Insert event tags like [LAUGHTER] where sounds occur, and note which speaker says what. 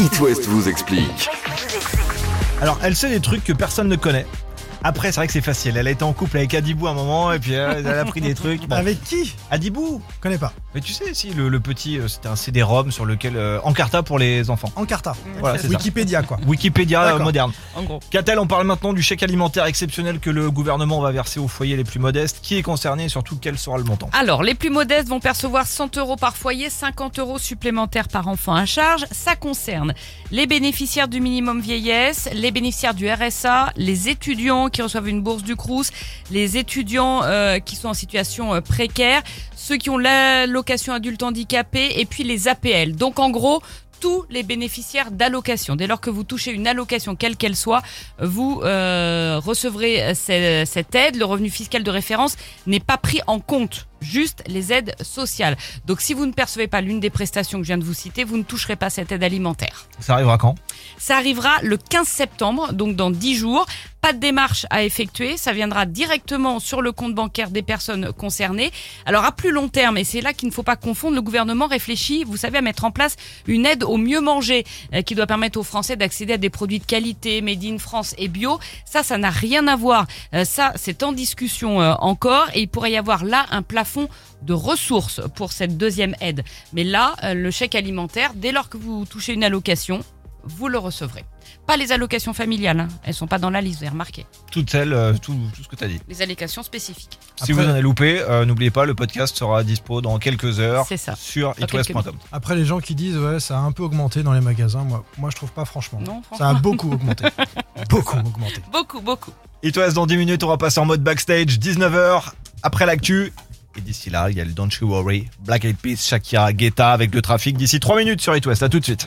Speaker 1: It West vous explique.
Speaker 2: Alors, elle sait des trucs que personne ne connaît. Après, c'est vrai que c'est facile. Elle a été en couple avec Adibou à un moment et puis euh, elle a pris des trucs. Bon.
Speaker 3: Avec qui
Speaker 2: Adibou
Speaker 3: Connais pas.
Speaker 2: Mais tu sais, si le, le petit, euh, c'était un CD-ROM sur lequel. euh, Encarta pour les enfants.
Speaker 3: Encarta.
Speaker 2: Voilà, c'est ça.
Speaker 3: Wikipédia, quoi.
Speaker 2: Wikipédia euh,
Speaker 3: D'accord.
Speaker 2: moderne.
Speaker 4: En gros.
Speaker 2: Catel, on parle maintenant du chèque alimentaire exceptionnel que le gouvernement va verser aux foyers les plus modestes. Qui est concerné et surtout quel sera le montant
Speaker 4: Alors, les plus modestes vont percevoir 100 euros par foyer, 50 euros supplémentaires par enfant à charge. Ça concerne les bénéficiaires du minimum vieillesse, les bénéficiaires du RSA, les étudiants qui reçoivent une bourse du Crous, les étudiants euh, qui sont en situation euh, précaire, ceux qui ont l'allocation adulte handicapé et puis les APL. Donc, en gros, tous les bénéficiaires d'allocations. Dès lors que vous touchez une allocation, quelle qu'elle soit, vous euh, recevrez euh, ce- cette aide. Le revenu fiscal de référence n'est pas pris en compte, juste les aides sociales. Donc si vous ne percevez pas l'une des prestations que je viens de vous citer, vous ne toucherez pas cette aide alimentaire.
Speaker 2: Ça arrivera quand
Speaker 4: Ça arrivera le 15 septembre, donc dans 10 jours. Pas de démarche à effectuer, ça viendra directement sur le compte bancaire des personnes concernées. Alors à plus long terme, et c'est là qu'il ne faut pas confondre, le gouvernement réfléchit, vous savez, à mettre en place une aide au mieux manger euh, qui doit permettre aux Français d'accéder à des produits de qualité, made in France et bio. Ça, ça n'a rien à voir. Euh, Ça, c'est en discussion euh, encore et il pourrait y avoir là un plafond de ressources pour cette deuxième aide. Mais là, euh, le chèque alimentaire, dès lors que vous touchez une allocation, vous le recevrez. Pas les allocations familiales, hein. elles sont pas dans la liste, vous avez remarqué.
Speaker 2: Toutes celles, euh, tout, tout ce que tu as dit.
Speaker 4: Les allocations spécifiques.
Speaker 2: si vous
Speaker 3: Après-
Speaker 2: en avez loupé, euh, n'oubliez pas, le podcast sera dispo dans quelques heures
Speaker 4: C'est ça.
Speaker 2: sur
Speaker 4: quelques
Speaker 2: itwest.com.
Speaker 3: Après, les gens qui disent, ouais, ça a un peu augmenté dans les magasins, moi, moi je trouve pas, franchement.
Speaker 4: Non,
Speaker 3: Ça a beaucoup
Speaker 2: [LAUGHS]
Speaker 3: augmenté. beaucoup augmenté.
Speaker 4: Beaucoup, beaucoup.
Speaker 2: It West, dans 10 minutes, on va passer en mode backstage, 19h, après l'actu. Et d'ici là, il y a le Don't You Worry, Black Eyed Peas, Shakira, Guetta avec le trafic d'ici 3 minutes sur It West. À tout de suite.